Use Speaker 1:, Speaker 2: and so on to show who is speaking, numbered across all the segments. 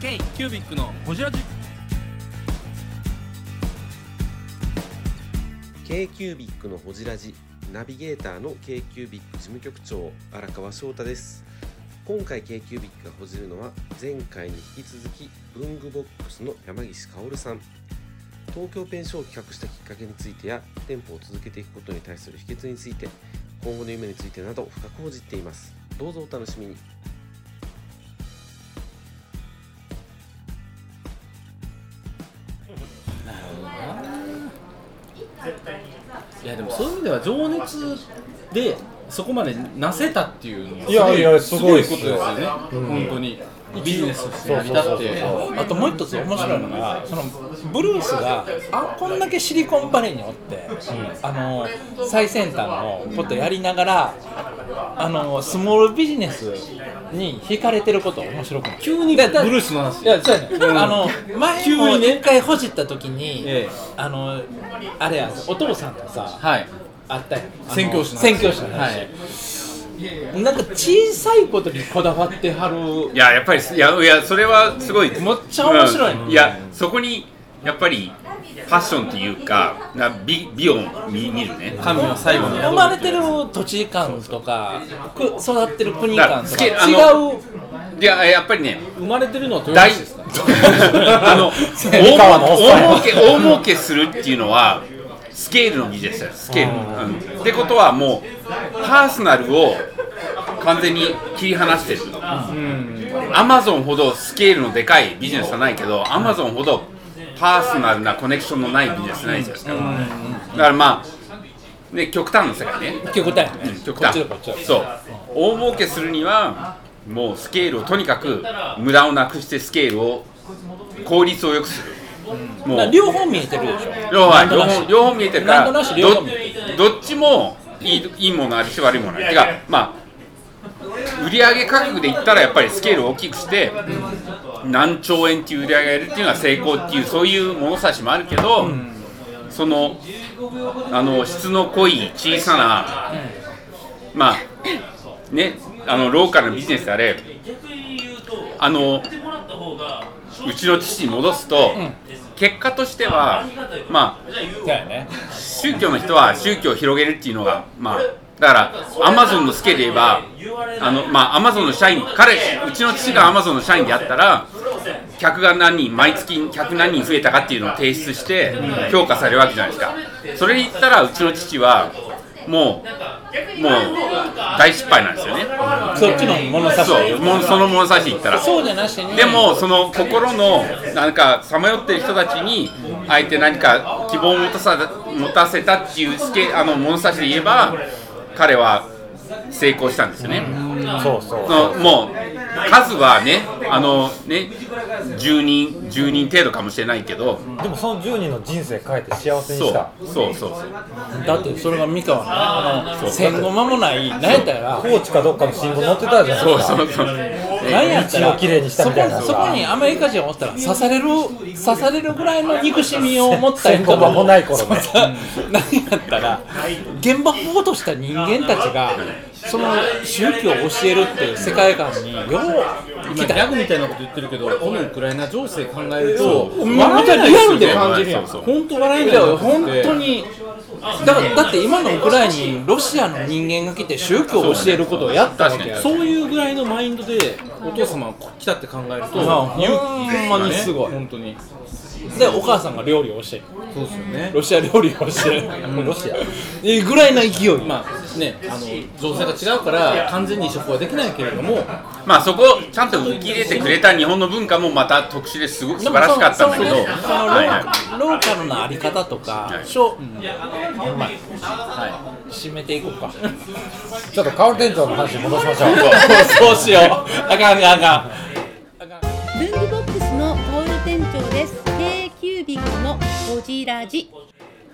Speaker 1: K キュービックのホジラジ
Speaker 2: k q u b i c のほじラジナビゲーターの k q u b i c 事務局長荒川翔太です今回 k q u b i c がほじるのは前回に引き続き文具ボックスの山岸薫さん東京ペンションを企画したきっかけについてや店舗を続けていくことに対する秘訣について今後の夢についてなど深くほじっていますどうぞお楽しみに
Speaker 1: いやでもそういう意味では情熱でそこまでなせたっていうのが
Speaker 3: いやいや
Speaker 1: すごい
Speaker 3: す
Speaker 1: すごい
Speaker 3: ごいっ
Speaker 1: こ
Speaker 3: す
Speaker 1: と
Speaker 3: よ
Speaker 1: ですよね、本当にビジネスとして成り立って
Speaker 3: そうそう
Speaker 4: あともう一つ面白いのがそのブルースがあこんだけシリコンバレーにおって、あの最先端のことやりながらあのスモールビジネスに惹かれてること面白くない
Speaker 1: 急にブ
Speaker 4: だだ
Speaker 1: ルースの話
Speaker 4: いやそうやね、あの前
Speaker 1: 急
Speaker 4: も
Speaker 1: にね
Speaker 4: 一回ほじった時に、
Speaker 1: ええ
Speaker 4: あのあれやお父さんとさ
Speaker 1: はい
Speaker 4: あったやんあの
Speaker 1: 宣教師の話
Speaker 4: 宣教師の話、
Speaker 1: はい
Speaker 4: なんか小さいことにこだわってはる
Speaker 5: いや、やっぱりす、いや、いや、それはすごいです。
Speaker 4: めっちゃ面白いね
Speaker 5: うんいや、そこに、やっぱり、ファッションっていうか、な美美を見見るね。
Speaker 1: 神は最後に宿る
Speaker 4: 生まれてる土地感とかく育ってる国感とか違
Speaker 5: だからつけあ
Speaker 4: う
Speaker 5: いや、やっぱりね、
Speaker 1: 生まれてるのは豊
Speaker 5: 大
Speaker 1: 橋ですか
Speaker 5: あの、大
Speaker 4: 川のおっさん
Speaker 5: 大 儲け、大儲けするっていうのは、スケールの技術だよ、スケールの。うんってことは、もう、パーソナルを完全に切り離してる。アマゾンほどスケールのでかいビジネスはないけど、アマゾンほどパーソナルなコネクションのないビジネスはないじゃないですか。だからまあ、ね、極端の世界ね。
Speaker 4: 結構だよね
Speaker 5: 極
Speaker 4: こっ
Speaker 5: 端
Speaker 4: ちだこっちだ
Speaker 5: そう大儲けするにはもうスケールをとにかく無駄をなくしてスケールを効率を良くする、もう
Speaker 4: まあ両方見えてるでしょ
Speaker 5: 両方
Speaker 4: なんと
Speaker 5: 両
Speaker 4: なし
Speaker 5: 方両方見えてるか
Speaker 4: な
Speaker 5: ら
Speaker 4: んとなし両方
Speaker 5: ど
Speaker 4: 見えて
Speaker 5: どっちもいいいいものあるし悪いものあるてかまあ売上価格で言ったらやっぱりスケールを大きくして、何兆円っていう売り上げが得るっていうのは成功っていうそういう物差しもあるけど、そのあの質の濃い小さな、まあねあのローカルのビジネスであれあのうちの父に戻すと、結果としてはまあ
Speaker 4: だよね
Speaker 5: 宗教の人は宗教を広げるっていうのがまあだからアマゾンのスケールで言えばあのまあアマゾンの社員彼うちの父がアマゾンの社員であったら客が何人毎月客何人増えたかっていうのを提出して評価されるわけじゃないですかそれで言ったらうちの父はもうもう大失敗なんですよね
Speaker 4: そっちの物差し
Speaker 5: そうもうその物差し言ったら
Speaker 4: そうじゃなしに
Speaker 5: でもその心のなんかさまよってる人たちにあえて何か希望を持たさ持たせたっていうスケあの物差しで言えば彼は成功したんですよね。
Speaker 3: そうそう
Speaker 5: そのもう数はねあのね10人10人程度かもしれないけど
Speaker 3: でもその10人の人生変えて幸せに
Speaker 5: そ
Speaker 3: し
Speaker 5: う
Speaker 3: た
Speaker 5: そうそうそう
Speaker 4: だってそれが三河のあの戦後間もないなんやったら
Speaker 3: 高知かどっかの新聞載ってたじゃない
Speaker 5: そう
Speaker 3: ですか
Speaker 5: そうそう
Speaker 4: なんやった
Speaker 3: 道
Speaker 4: ら
Speaker 3: をきれいにしたみたいな
Speaker 4: そこにそこにアメリカ人おったら刺される刺されるぐらいの憎しみを持った
Speaker 3: 戦後間もない頃ね
Speaker 4: なんやったら現場保護とした人間たちがその宗教を教えるっていう世界観によう
Speaker 1: 今
Speaker 4: 来
Speaker 1: ギ
Speaker 4: た
Speaker 1: ャグみたいなこと言ってるけど主にウクライナ情勢考える
Speaker 4: そ
Speaker 1: と
Speaker 4: うめっちゃリアルで感じるやん
Speaker 5: そうそう
Speaker 1: 本当笑えない
Speaker 4: いや
Speaker 1: よ
Speaker 4: 本当にだからだって今のウクライナにロシアの人間が来て宗教を教えることをやったわけや
Speaker 1: そういうぐらいのマインドでお父様が来たって考えると
Speaker 4: まあ
Speaker 1: 勇気
Speaker 4: ほんまにすごい
Speaker 1: 本当に
Speaker 4: でお母さんが料理を教える
Speaker 1: そうですよね
Speaker 4: ロシア料理を教えるロシアえぐらいの勢い
Speaker 1: まあねあの情勢が違うから完全に移植はできないけれども
Speaker 5: まあそこをちゃんと受け入れてくれた日本の文化もまた特殊ですごく素晴らしかったんだけど
Speaker 4: でもそのそのロ
Speaker 5: はい
Speaker 4: ーローカルのあり方とか、
Speaker 5: い
Speaker 4: しょ、うん、うまい、締めていこうか。
Speaker 3: ちょっとカオル店長の話に戻しましょう
Speaker 4: そうしよう、あかんあかんあか
Speaker 6: 文具ボックスのタオル店長です k キュービックのゴジラジ
Speaker 4: ん、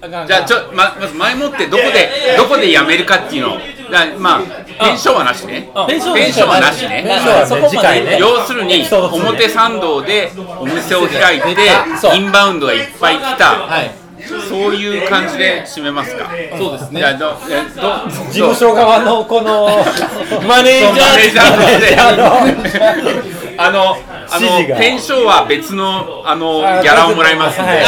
Speaker 4: あかんあかん。
Speaker 5: じゃあちょままず前もってどこでどこでやめるかっていうのをだからまあ弁償はなしね
Speaker 4: うん、
Speaker 5: 弁償はなし
Speaker 4: 弁
Speaker 5: ね
Speaker 4: 償は
Speaker 3: そこまで
Speaker 4: 次回ね
Speaker 5: 要するに
Speaker 3: そうそう
Speaker 5: 表参道でお店を開いて
Speaker 4: そう
Speaker 5: インバウンドがいっぱい来た
Speaker 4: はい、
Speaker 5: そういう感じで締めますか
Speaker 1: そうです
Speaker 5: じゃあ
Speaker 1: ね
Speaker 5: どえど
Speaker 3: 事務所側 のこのマネージャ
Speaker 5: マネージャー
Speaker 3: マネージャーの
Speaker 5: としてあのあ
Speaker 3: 指示
Speaker 5: の
Speaker 3: が
Speaker 5: ペンションは別のあの
Speaker 3: あ
Speaker 5: ギャラをもらいますんで、
Speaker 3: はいはい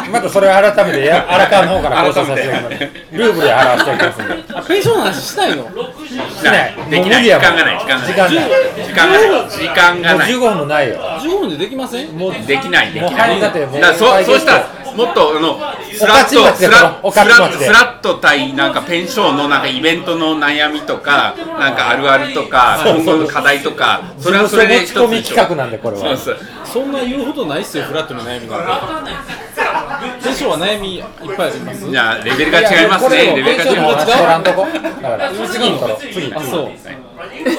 Speaker 5: は い
Speaker 3: またそれ改めてや荒川の方から交渉させてもらいますルーブルで払わせておきますんで
Speaker 1: あペンションの話したいの
Speaker 5: しない
Speaker 3: もう
Speaker 5: できな
Speaker 3: 無
Speaker 5: い
Speaker 3: 理
Speaker 5: 時
Speaker 3: やもん
Speaker 5: 間がない時間がない
Speaker 3: 時間ない
Speaker 5: 時間がない時間が
Speaker 3: もう
Speaker 5: ない
Speaker 3: 15分もないよ
Speaker 1: 15分でできませんもう
Speaker 5: できないで
Speaker 3: もう
Speaker 5: きな
Speaker 3: 入
Speaker 5: い
Speaker 3: り
Speaker 5: だ
Speaker 3: だって
Speaker 5: か
Speaker 3: もう
Speaker 5: らそうそうしたらもっとあのスラッ
Speaker 3: 御徒
Speaker 5: と
Speaker 3: 町でや
Speaker 5: ス
Speaker 3: ろ
Speaker 5: ラ
Speaker 3: う
Speaker 5: ッスラ
Speaker 3: 御徒
Speaker 5: ッ
Speaker 3: 町で
Speaker 5: スラッと対なんかペンションのなんかイベントの悩みとかなんかあるあるとか今後の課題とかそれはそれで
Speaker 3: 事
Speaker 5: 一つ
Speaker 3: 務所持ち込み
Speaker 5: でしょ
Speaker 3: 企画なんでこれ
Speaker 5: そう
Speaker 3: は
Speaker 5: そう
Speaker 1: そんな言うほどないっすよフラットの悩みなんてペンションは悩みいっぱいあります
Speaker 5: じゃあレベルが違います
Speaker 1: いや
Speaker 5: ね
Speaker 1: い
Speaker 5: レ
Speaker 1: や
Speaker 5: ベルが違い
Speaker 1: これも
Speaker 5: ま
Speaker 1: ペンション
Speaker 5: す
Speaker 3: 取
Speaker 1: の
Speaker 3: らんとこだから次に取ろう次
Speaker 1: あそうは
Speaker 5: はい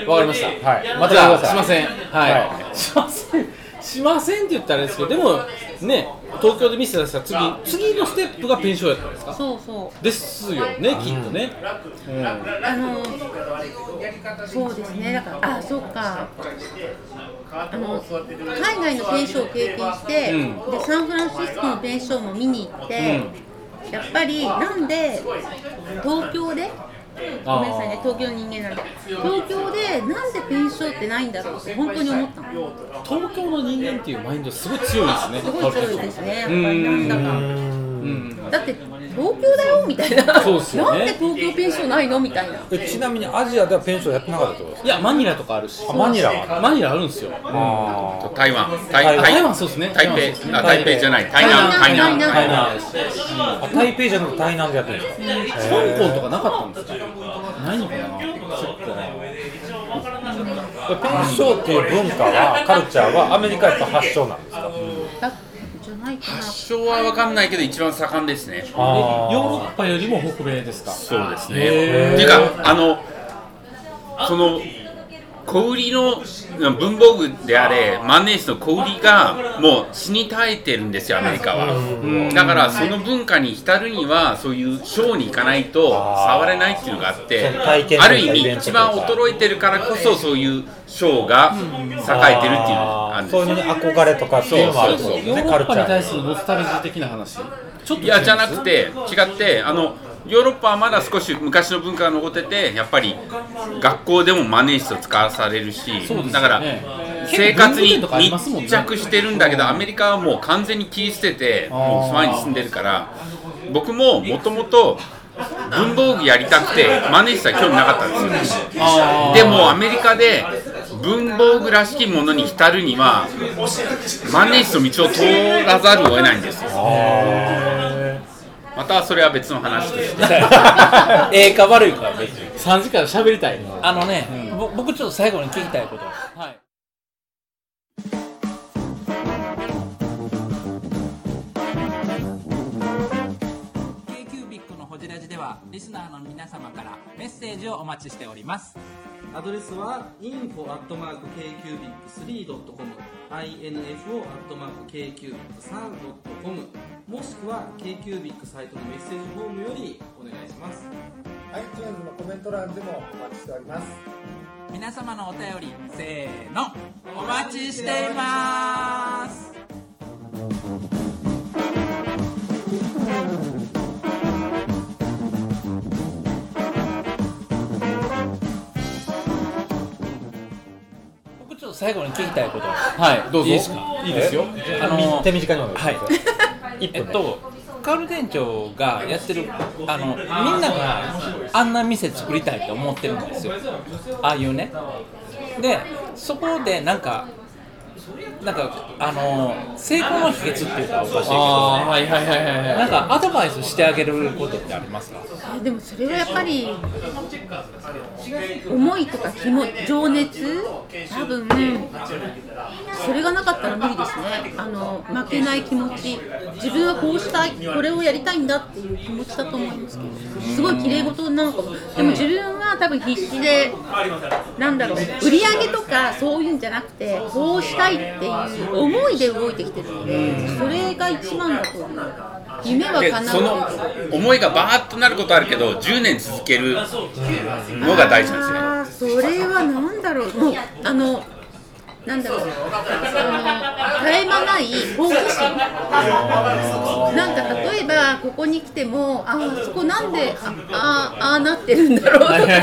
Speaker 1: いわかりました
Speaker 3: はい
Speaker 1: ま
Speaker 3: 待ってく
Speaker 1: た
Speaker 3: だ
Speaker 1: し
Speaker 3: さい
Speaker 1: ませんはい、
Speaker 3: は
Speaker 1: しませんしませんって言ったらあれですけどでもね東京で見せたら次次のステップがペンションやったんですか
Speaker 6: そうそ
Speaker 1: ですよねきっとね、
Speaker 6: うあのそうですねだからあそっかあの海外のペンションを経験して、
Speaker 1: うん
Speaker 6: でサンフランシスコのペンションも見に行って、やっぱりなんで東京でごめんなさいね東京の人間なんで東京でなんでペンションってないんだろうって本当に思ったの
Speaker 1: 東京の人間っていうマインドすごい強いですね
Speaker 6: すごい強いですねやっぱ
Speaker 1: う
Speaker 6: りなん
Speaker 1: ん
Speaker 6: だか。
Speaker 1: うん
Speaker 6: だって東京だよみたいな、
Speaker 1: そうっすよね
Speaker 6: なんで東京ペンションないのみたいな、
Speaker 3: えちなみにアジアではペンションやってなかったってことです
Speaker 1: いやマニラとかあるし
Speaker 3: かマニラは
Speaker 1: マニラあるんですよ
Speaker 3: あー
Speaker 5: 台湾台
Speaker 3: 台湾
Speaker 1: 台湾そうですね
Speaker 5: 台
Speaker 1: 台湾そうっす
Speaker 5: 北
Speaker 1: ね
Speaker 5: あ台北じゃない台南
Speaker 6: 台
Speaker 5: 台
Speaker 6: 南
Speaker 5: 南台
Speaker 6: 台南
Speaker 5: 南
Speaker 3: あ台北じゃなくて台南でやってるんですか
Speaker 1: 香港とかなかったんですかないのかなそっか
Speaker 3: ペンションっていう文化はカルチャーはアメリカやっぱ発祥なんですか
Speaker 6: だじゃないかな、
Speaker 5: 昭和は分かんないけど一番盛んですね
Speaker 1: えヨーロッパよりも北米ですか
Speaker 5: そうですね
Speaker 1: へー
Speaker 5: っていうかあのその小売りの文房具であれ万年筆の小売りがもう死に絶えてるんですよアメリカはだからその文化に浸るにはそういうショーに行かないと触れないっていうのがあって
Speaker 3: その体験とか
Speaker 5: ある意
Speaker 3: イベントと
Speaker 5: 味一
Speaker 3: か
Speaker 5: 番衰えてるからこそそういうショーが栄えてるっていうのがあるんで
Speaker 3: そ
Speaker 5: す
Speaker 3: う
Speaker 5: よ
Speaker 3: いうのに憧れとかっていうのもある
Speaker 1: ヨ
Speaker 3: ってことです
Speaker 1: ー
Speaker 3: ね
Speaker 1: ロ
Speaker 3: カル
Speaker 1: ッ
Speaker 3: チ
Speaker 1: パに
Speaker 3: ャー
Speaker 1: 対
Speaker 3: に
Speaker 1: するノスタルジー的な話ちょっと
Speaker 5: いやじゃなくて違ってあのヨーロッパはまだ少し昔の文化が残っててやっぱり学校でもマネー室を使わされるし、
Speaker 1: そうですよね
Speaker 5: だから
Speaker 1: 結構
Speaker 5: 生活
Speaker 1: 文具
Speaker 5: に
Speaker 1: 店とかありますもんね
Speaker 5: 密着してるんだけどアメリカはもう完全に切り捨ててもう前に住んでるから僕ももともと文房具やりたくてマネー室は興味なかったんですよ
Speaker 1: あー
Speaker 5: でもアメリカで文房具らしきものに浸るには万年筆の道を通らざるを得ないんですよまたそれは別の話として
Speaker 4: ええか悪いかは別に
Speaker 1: 3時間喋りたい
Speaker 4: あのね、ぼ僕ちょっと最後に聞きたいこと
Speaker 1: はい
Speaker 7: k q b i c のホジラジではリスナーの皆様からメッセージをお待ちしております
Speaker 8: アドレスは info.kcubic3.com info.kcubic3.com もしくは KQBIC サイトのメッセージフォームよりお願いします
Speaker 9: iTunes のコメント欄でもお待ちしております
Speaker 7: 皆様のお便りせーのお待ちしています
Speaker 4: 僕ちょっと最後に聞きたいこと
Speaker 1: はいどうぞ
Speaker 4: いいですか
Speaker 1: いいですよ
Speaker 4: あの
Speaker 3: 手短にお願いし
Speaker 4: はい
Speaker 3: ます
Speaker 4: えっとカール店長がやってるあのみんながあんな店作りたいと思ってるんですよああいうねでそこでなんかなんかあの成功の秘訣っていうかおかしいけど
Speaker 1: ああはいはいはいはい
Speaker 4: なんかアドバイスしてあげることってありますか
Speaker 6: あでもそれはやっぱり思いとか気も情熱多分それがなかったら無理ですねあの負けない気持ち自分はこうしたいこれをやりたいんだっていう気持ちだと思うんですけどすごい綺麗事なのかもでも自分は多分必死でなんだろう売り上げとかそういうんじゃなくてこうしたいっていう思いで動いてきてるのでそれが一番だと思う夢は
Speaker 5: で
Speaker 6: 叶う
Speaker 5: その思いがバーッとなることあるけど10年続けるのが大事なんですね
Speaker 6: あーそれはなんだろう、もう、あの、なんだろう、あの、絶え間ない好奇心。なんか例えば、ここに来ても、あーそこなんで、ああー、ああなってるんだろうとか。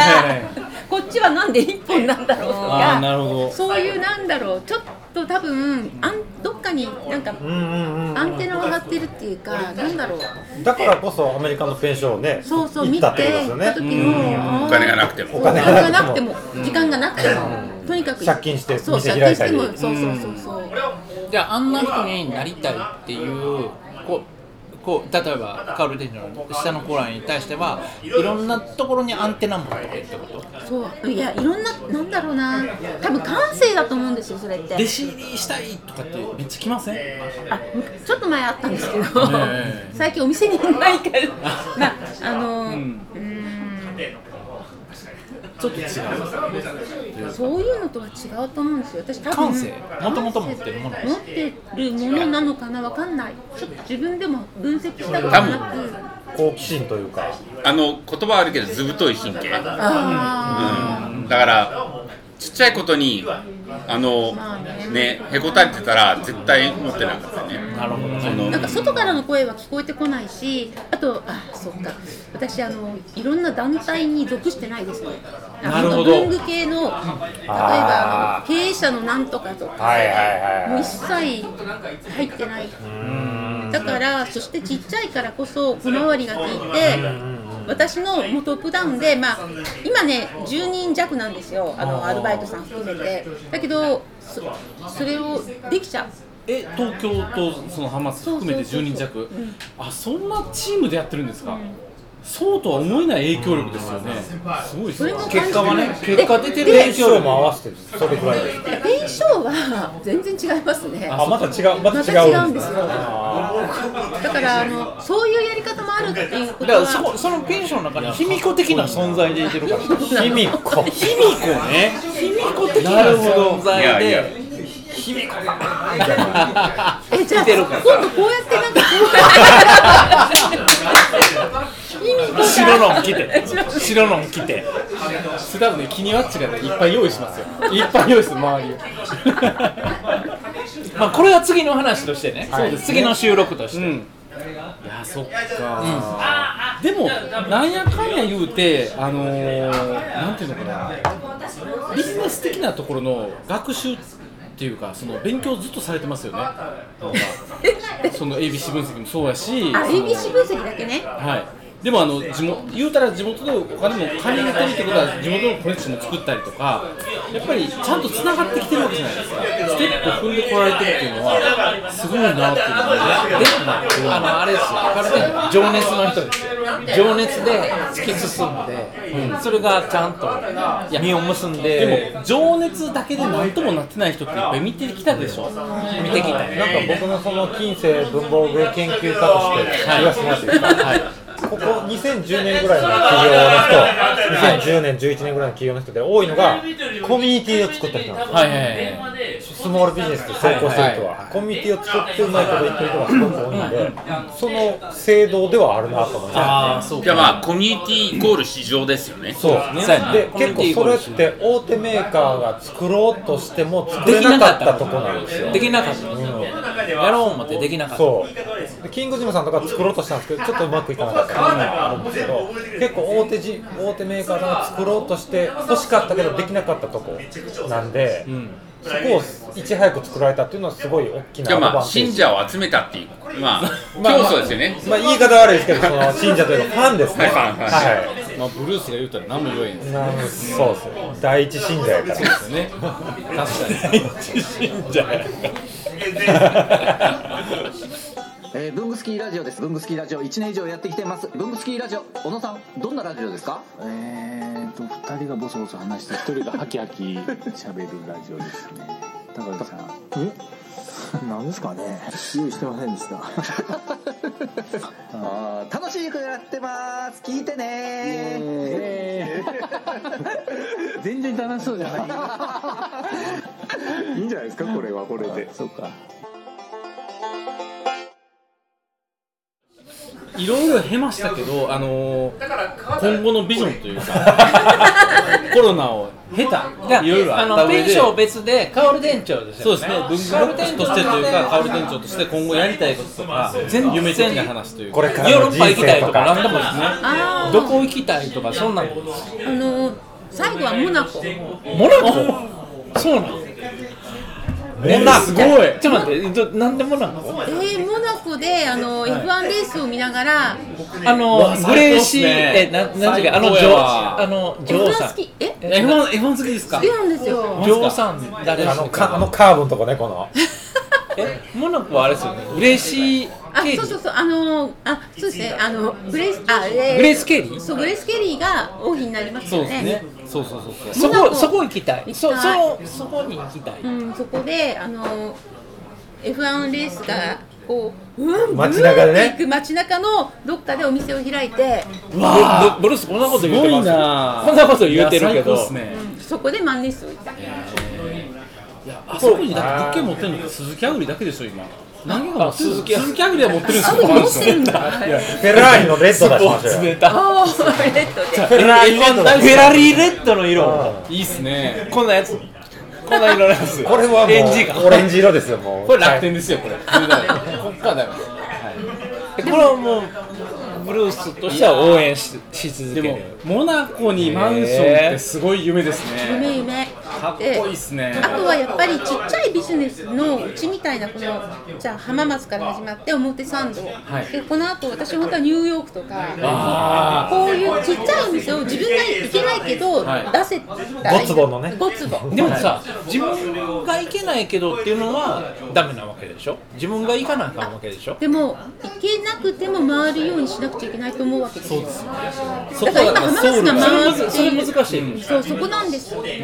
Speaker 6: ここっちはなんで一本なんだろうと
Speaker 1: ああ
Speaker 6: か
Speaker 1: なるほど
Speaker 6: そういうなんだろうちょっと多分あんどっかになんかアンテナを張ってるっていうかなんだろう
Speaker 3: だからこそアメリカのペンションをね
Speaker 6: そうそう
Speaker 3: 行
Speaker 6: 見
Speaker 3: ってたってことですよね
Speaker 6: 行った時の
Speaker 5: お金が
Speaker 6: な
Speaker 5: な
Speaker 6: く
Speaker 5: くても
Speaker 6: お
Speaker 3: 金
Speaker 6: 金
Speaker 3: が
Speaker 6: がなくても時間がなくてもとにかく
Speaker 3: 借金して
Speaker 6: そう
Speaker 3: 店
Speaker 6: 借
Speaker 3: 開
Speaker 6: 金
Speaker 3: いた
Speaker 6: して
Speaker 3: り
Speaker 6: もそうそうそうそう
Speaker 4: じゃああんな人になりたいっていうこうこう例えばカール・ディンの下のコーラに対してはいろんなところにアンテナ持ってるってこと
Speaker 6: そういやいろんななんだろうな多分感性だと思うんですよそれって
Speaker 1: 弟子入りしたいとかってめっちゃ来ません
Speaker 6: あちょっと前あったんですけど
Speaker 1: え
Speaker 6: 最近お店にないからまああの
Speaker 1: うん
Speaker 6: うーん
Speaker 1: ちょっと違う
Speaker 6: そういうのとは違うと思うんですよ私多分
Speaker 4: 感性元々持ってるもの
Speaker 6: 持ってるものなのかなわかんないちょっと自分でも分析したこと
Speaker 5: 多
Speaker 6: な
Speaker 5: 分
Speaker 6: く
Speaker 3: 好奇心というか
Speaker 5: あの言葉あるけどずぶとい神経、うん、だ
Speaker 6: あ
Speaker 5: からちっちゃいことにあの
Speaker 6: まあね
Speaker 5: ねへこたれてたら絶対持ってなかったね
Speaker 4: なるほど
Speaker 5: そ
Speaker 4: ね
Speaker 5: の
Speaker 6: ーなんか外からの声は聞こえてこないしあとあそっか私あのいろんな団体に属してないですね
Speaker 4: なるほど
Speaker 6: あの文具系の例えばあ
Speaker 3: あ
Speaker 6: の経営者のなんとかとか
Speaker 3: はいはいはい
Speaker 6: もう
Speaker 3: は
Speaker 6: 一
Speaker 3: い
Speaker 6: 切入ってないだからそしてちっちゃいからこそ小回りが効いて私のもうトップダウンで、まあ、今ね10人弱なんですよあのアルバイトさん含めてだけどそそれをできちゃう
Speaker 1: え東京とそのハマス含めて10人弱あそんなチームでやってるんですか、そうとは思えない影響力ですよね、すごいです
Speaker 6: それ
Speaker 1: ね
Speaker 6: も感じ
Speaker 4: 結果はね
Speaker 6: で
Speaker 4: 結果出てる
Speaker 6: で
Speaker 3: ペンションも合わせてそれぐらいです
Speaker 6: 弁償は全然違いますね
Speaker 3: あまた違うま
Speaker 6: ま
Speaker 3: た
Speaker 6: た違
Speaker 3: 違
Speaker 6: う
Speaker 3: うん
Speaker 6: ん
Speaker 3: で
Speaker 6: です
Speaker 3: す
Speaker 6: よ
Speaker 3: ね
Speaker 6: だからあのそういうやり方もあるっていうこ
Speaker 4: だ
Speaker 6: と
Speaker 4: から
Speaker 6: は
Speaker 4: そこそのペンションの中に卑弥呼的な存在でいてるから
Speaker 3: 卑弥呼
Speaker 4: 卑弥呼ね卑弥呼的な存
Speaker 5: いや
Speaker 4: 在
Speaker 5: いや
Speaker 4: で
Speaker 6: えじゃあ
Speaker 4: て
Speaker 6: 今
Speaker 4: る
Speaker 6: 度
Speaker 4: から
Speaker 6: こうやってなんかこう意味
Speaker 4: 白のん来て白のん来て
Speaker 1: それ多分ね、キニワッチがね、いっぱい用意しますよ。いっぱい用意する、周りを。
Speaker 4: まあこれは次の話としてね
Speaker 1: そうですね
Speaker 4: 次の収録とし
Speaker 1: う
Speaker 4: て、
Speaker 1: ん。いや、そっか、でも、なんやかんや言うて、あのー、なんていうのかな、ビジネス的なところの学習っていうか、その勉強ずっとされてますよね。なんかその ABC 分析もそうやし、
Speaker 6: あ
Speaker 1: その
Speaker 6: ABC 分析だけね
Speaker 1: はい、でもあの地元言うたら地元でお金も借りに行ってるってことは地元のコネクションも作ったりとかやっぱりちゃんとつながってきてるわけじゃないですかステップ踏んでこられてるっていうのはすごいなっていうのはね
Speaker 4: であのあれですよカルテンは情熱の人ですよ情熱で突き進んで、それがちゃんといや実を結んで
Speaker 1: でも情熱だけで何ともなってない人っていっぱい見てきたでしょ
Speaker 4: 見てきたよ
Speaker 3: なんか僕のその近世文房具研究家として言わせてもらっていいですか、
Speaker 1: はい
Speaker 3: ここ2010年ぐらいの企業の人2010年11年ぐらいの企業の人で多いのがコミュニティを作った人なんですよ
Speaker 1: はいはいはい
Speaker 3: スモールビジネスで成功してる人は、コミュニティを作ってうまいこと言ってる人がすごく多いんで、その制度ではあるなと思います
Speaker 1: ああそう
Speaker 5: じゃあ
Speaker 1: か
Speaker 5: まあコミュニティイコール市場ですよね
Speaker 3: そう
Speaker 4: そうやな
Speaker 3: で
Speaker 4: コミュ
Speaker 3: 結
Speaker 4: ニテ
Speaker 3: 構
Speaker 4: ィ
Speaker 3: それって大手メーカーが作ろうとしても作れなかったとこなんですよ
Speaker 4: できなかったやろう思ってできなかった
Speaker 3: そうでキングジムさんとか作ろうとしたんですけどちょっとうまくいかなかったっていうのがあるんですけど結構大手じ大手メーカーさんが作ろうとして欲しかったけどできなかったとこなんで、そこをいち早く作られたっていうのはすごい大き
Speaker 5: じ
Speaker 3: なア
Speaker 5: ゃあ
Speaker 3: ド
Speaker 5: ま
Speaker 3: バ
Speaker 5: あ
Speaker 3: ンテー
Speaker 5: 信
Speaker 3: ジ。
Speaker 5: 者を集めたっていうまあ
Speaker 3: まあ
Speaker 5: 競争ですよね
Speaker 3: まあ言い方悪いですけど、その信者というかファンですね。
Speaker 5: はいファンファン
Speaker 3: は
Speaker 1: まあブルースが言うたら何も言えんで
Speaker 3: い。
Speaker 1: す
Speaker 3: なんそうですね。第一信者やから。
Speaker 1: よね確かに
Speaker 10: えー、ブングスキーラジオです。ブングスキーラジオ1年以上やってきてます。ブングスキーラジオ、小野さん、どんなラジオですかえーと、2人がボソボソ話して、1人がハキハキ喋るラジオですね。高橋さん。えなんですかね用意してません でしたあー楽しい曲やってます聞いてね 全然楽しそうじゃ ないいいんじゃないですかこれはこれでそうか
Speaker 1: いろいろ経ましたけど、あのー今後のビジョンというか、コロナを経た、いろいろあ
Speaker 4: あ
Speaker 1: った
Speaker 4: の
Speaker 1: 上
Speaker 4: ペン
Speaker 1: で、
Speaker 4: ション
Speaker 1: そ
Speaker 4: 別でカオル店長です
Speaker 1: う
Speaker 4: よ
Speaker 1: です
Speaker 4: ね
Speaker 1: ね、文具ボックスとしてというか、カオル店長として今後やりたいこととか、
Speaker 4: 全
Speaker 1: 夢的な話という
Speaker 3: こ
Speaker 1: か、
Speaker 3: れから
Speaker 4: ヨー
Speaker 3: の
Speaker 4: ロッパ
Speaker 3: 人
Speaker 4: 行きた
Speaker 3: 生
Speaker 4: い
Speaker 3: と
Speaker 4: とか
Speaker 3: か。
Speaker 4: 何でもですね
Speaker 6: あー
Speaker 4: どこ行きたいとかそんなん
Speaker 6: あの最後はモナコ
Speaker 4: モナコそうなのモナコすごいちょっと待ってどなんでモナコ
Speaker 6: えー、モナコであの F1 レースを見ながら
Speaker 4: あのグレーシーえななんていうかあのジョーあのジョー
Speaker 6: F1
Speaker 4: さ
Speaker 6: 好
Speaker 4: ん
Speaker 6: きえ好
Speaker 1: F1 F1 好きですか
Speaker 6: きなんですよ
Speaker 4: ジョーさん誰で
Speaker 3: あ
Speaker 4: した
Speaker 3: の
Speaker 4: っけ
Speaker 3: かあのカーブのとこねこの
Speaker 4: えモナコはあれですよねグレーシー
Speaker 6: あ
Speaker 4: ケイ
Speaker 6: そうそう
Speaker 4: リ
Speaker 6: そうあのあそうですねあのグレースあ、え
Speaker 4: グレースケリー
Speaker 6: そうグレースケリーが王妃になります
Speaker 1: そう
Speaker 6: よ
Speaker 1: ですねそうそうそうそう
Speaker 4: そ
Speaker 6: モナ
Speaker 4: こ
Speaker 6: コ
Speaker 4: そこ行きたいそ
Speaker 6: 行き
Speaker 4: そ
Speaker 6: たい
Speaker 4: のそこに行きたい
Speaker 6: うん、そこであの F1 レースがこう、うん、
Speaker 3: 街中でね
Speaker 6: ブーンって行く街中のどっかでお店を開いて、
Speaker 4: わブブルースこんなこと言うてます
Speaker 1: すごいな
Speaker 4: こんなこと言うてるけ
Speaker 1: いや最高
Speaker 4: ど
Speaker 1: っすね
Speaker 6: うんそこで万年筆を置いた。
Speaker 1: いやあそこにだって物件持ってるの鈴木あぐりだけでしょ今何が鈴木鈴木あぐりは持ってるんです
Speaker 6: あ、
Speaker 1: よ
Speaker 6: 持ってるんだ。
Speaker 3: フェラーリのレッド出しましょうよ
Speaker 4: 冷た
Speaker 6: あーレッドで。
Speaker 4: フェラーリレッドフェラーリレッドの色
Speaker 1: いいっすね
Speaker 4: こんなやつこんな色のやつ
Speaker 3: これはもう
Speaker 4: エンジが
Speaker 3: オレンジ色ですよもう
Speaker 1: これ楽天ですよこれこれだよこっからだよ
Speaker 4: これはもうブルースとしては応援しし続け
Speaker 1: で
Speaker 4: る
Speaker 1: もモナコにマンションってすごい夢ですね
Speaker 6: 夢夢。
Speaker 1: かっこいいっすね
Speaker 6: あとはやっぱりちっちゃいビジネスのうちみたいなこのじゃあ浜松から始まって表参道、
Speaker 1: い
Speaker 6: でこの後私本当はニューヨークとか
Speaker 1: あ
Speaker 6: こういうちっちゃいお店を自分が行けないけど出
Speaker 1: は
Speaker 6: せたら
Speaker 3: ご壺のね
Speaker 6: ごつぼ
Speaker 4: でもさ自分が行けないけどっていうのはダメなわけでしょ自分が行かなあかんわけでしょ
Speaker 6: でも行けなくても回るようにしなくちゃいけないと思うわけですよ
Speaker 4: そ
Speaker 6: だから今浜松が回って
Speaker 4: それむずそれ難しい、
Speaker 6: そうそこなんですよ、で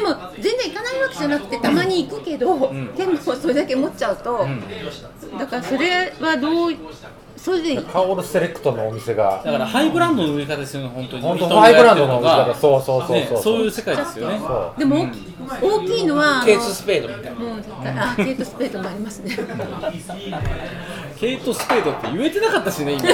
Speaker 6: も全然行かないわけじゃなくてたまに行くけど、でもそれだけ持っちゃうと、だからそれはどうそれで
Speaker 3: カオルセレクトのお店が
Speaker 1: だからハイブランドの売り方ですよね本当に
Speaker 3: 本当
Speaker 1: 伊藤
Speaker 3: ハイブランドのお店
Speaker 1: がやって
Speaker 3: が
Speaker 1: る
Speaker 3: そうそうそう
Speaker 1: ね
Speaker 3: そう
Speaker 1: そういう世界ですよね
Speaker 3: そ
Speaker 6: でも大き,、大きいのは
Speaker 4: ケーススペードみたいな
Speaker 6: もうだからあケートスペードもありますね
Speaker 1: ケイト・スペードって言えてなかったしね 今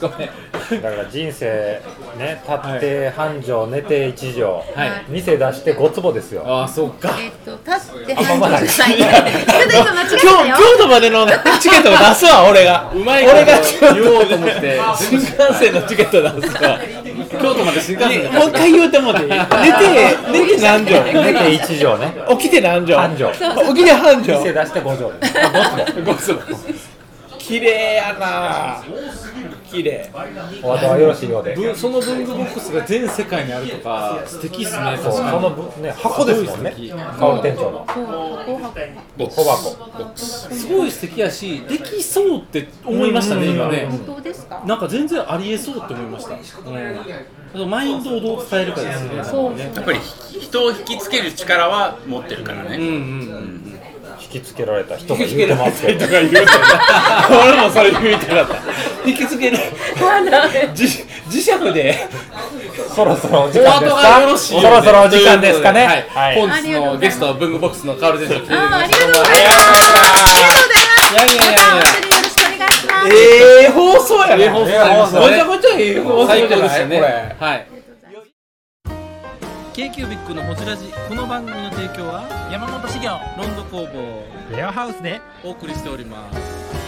Speaker 1: ごめん
Speaker 3: うだから人生ね立って半畳寝て一畳、
Speaker 1: はい
Speaker 3: 店出して5坪ですよ
Speaker 1: ああそうか
Speaker 6: えっと立って
Speaker 3: あまあまあ
Speaker 6: 半じゃないただ今間違
Speaker 4: 今日
Speaker 6: えたよ
Speaker 4: 京都までのチケットを出すわ俺が
Speaker 1: うまい
Speaker 4: 俺が
Speaker 1: こと言おうと思って
Speaker 4: 新幹線のチケット出すわ
Speaker 1: 京都まで新幹線で
Speaker 4: もう一回言うてもうていい寝て寝て何
Speaker 3: 寝
Speaker 4: 畳
Speaker 3: て一畳ね
Speaker 4: 起きて何畳
Speaker 3: 半畳
Speaker 4: 起きて半
Speaker 3: 店
Speaker 4: 畳
Speaker 3: 出して5畳です
Speaker 4: 綺麗やな綺麗
Speaker 3: お後はよろしいようで
Speaker 1: ぶその文具ボックスが全世界にあるとか素敵っすね
Speaker 3: そう
Speaker 1: 確
Speaker 3: そ
Speaker 1: か
Speaker 3: のぶね箱ですもんねカオル店長の
Speaker 6: そうここ
Speaker 3: 小箱
Speaker 1: にすごい素敵やしできそうって思いましたね今ね
Speaker 6: 本当ですか
Speaker 1: なんか全然ありえそうって思いました、うん、あとマインドをどう伝えるかですよね
Speaker 6: そう
Speaker 1: ね
Speaker 5: やっぱりひ人を引きつける力は持ってるからね、
Speaker 1: うんうんうん
Speaker 3: 引きつけられた人が言ってますけど
Speaker 4: とか言うてな俺もそれ言うてなかった引きつける磁磁石で
Speaker 3: そろそろお時
Speaker 1: お
Speaker 3: 間で
Speaker 1: 後が
Speaker 3: す
Speaker 1: よ
Speaker 3: か
Speaker 1: ろしいようで
Speaker 3: そろそろお時間ですか
Speaker 1: と
Speaker 3: ね
Speaker 1: いうことではい
Speaker 3: はい
Speaker 1: 本日のゲストは文具ボックスのカール店長来ていただき
Speaker 6: あ
Speaker 1: ま
Speaker 6: あ
Speaker 1: し
Speaker 6: り
Speaker 1: た
Speaker 6: がとうございますありがとうございますまた本当によろしく
Speaker 3: ええ放送
Speaker 4: ええ放送やなごちゃごちゃええ放送
Speaker 6: お願いします
Speaker 1: 最
Speaker 4: じ
Speaker 1: 高
Speaker 4: ゃ
Speaker 1: で
Speaker 4: な
Speaker 1: し
Speaker 4: い
Speaker 1: た
Speaker 4: こ
Speaker 1: ね
Speaker 4: れ
Speaker 1: はい
Speaker 7: k q b i c のホジラジこの番組の提供は山本資源ロンド工房
Speaker 9: レアハウスで
Speaker 7: お送りしております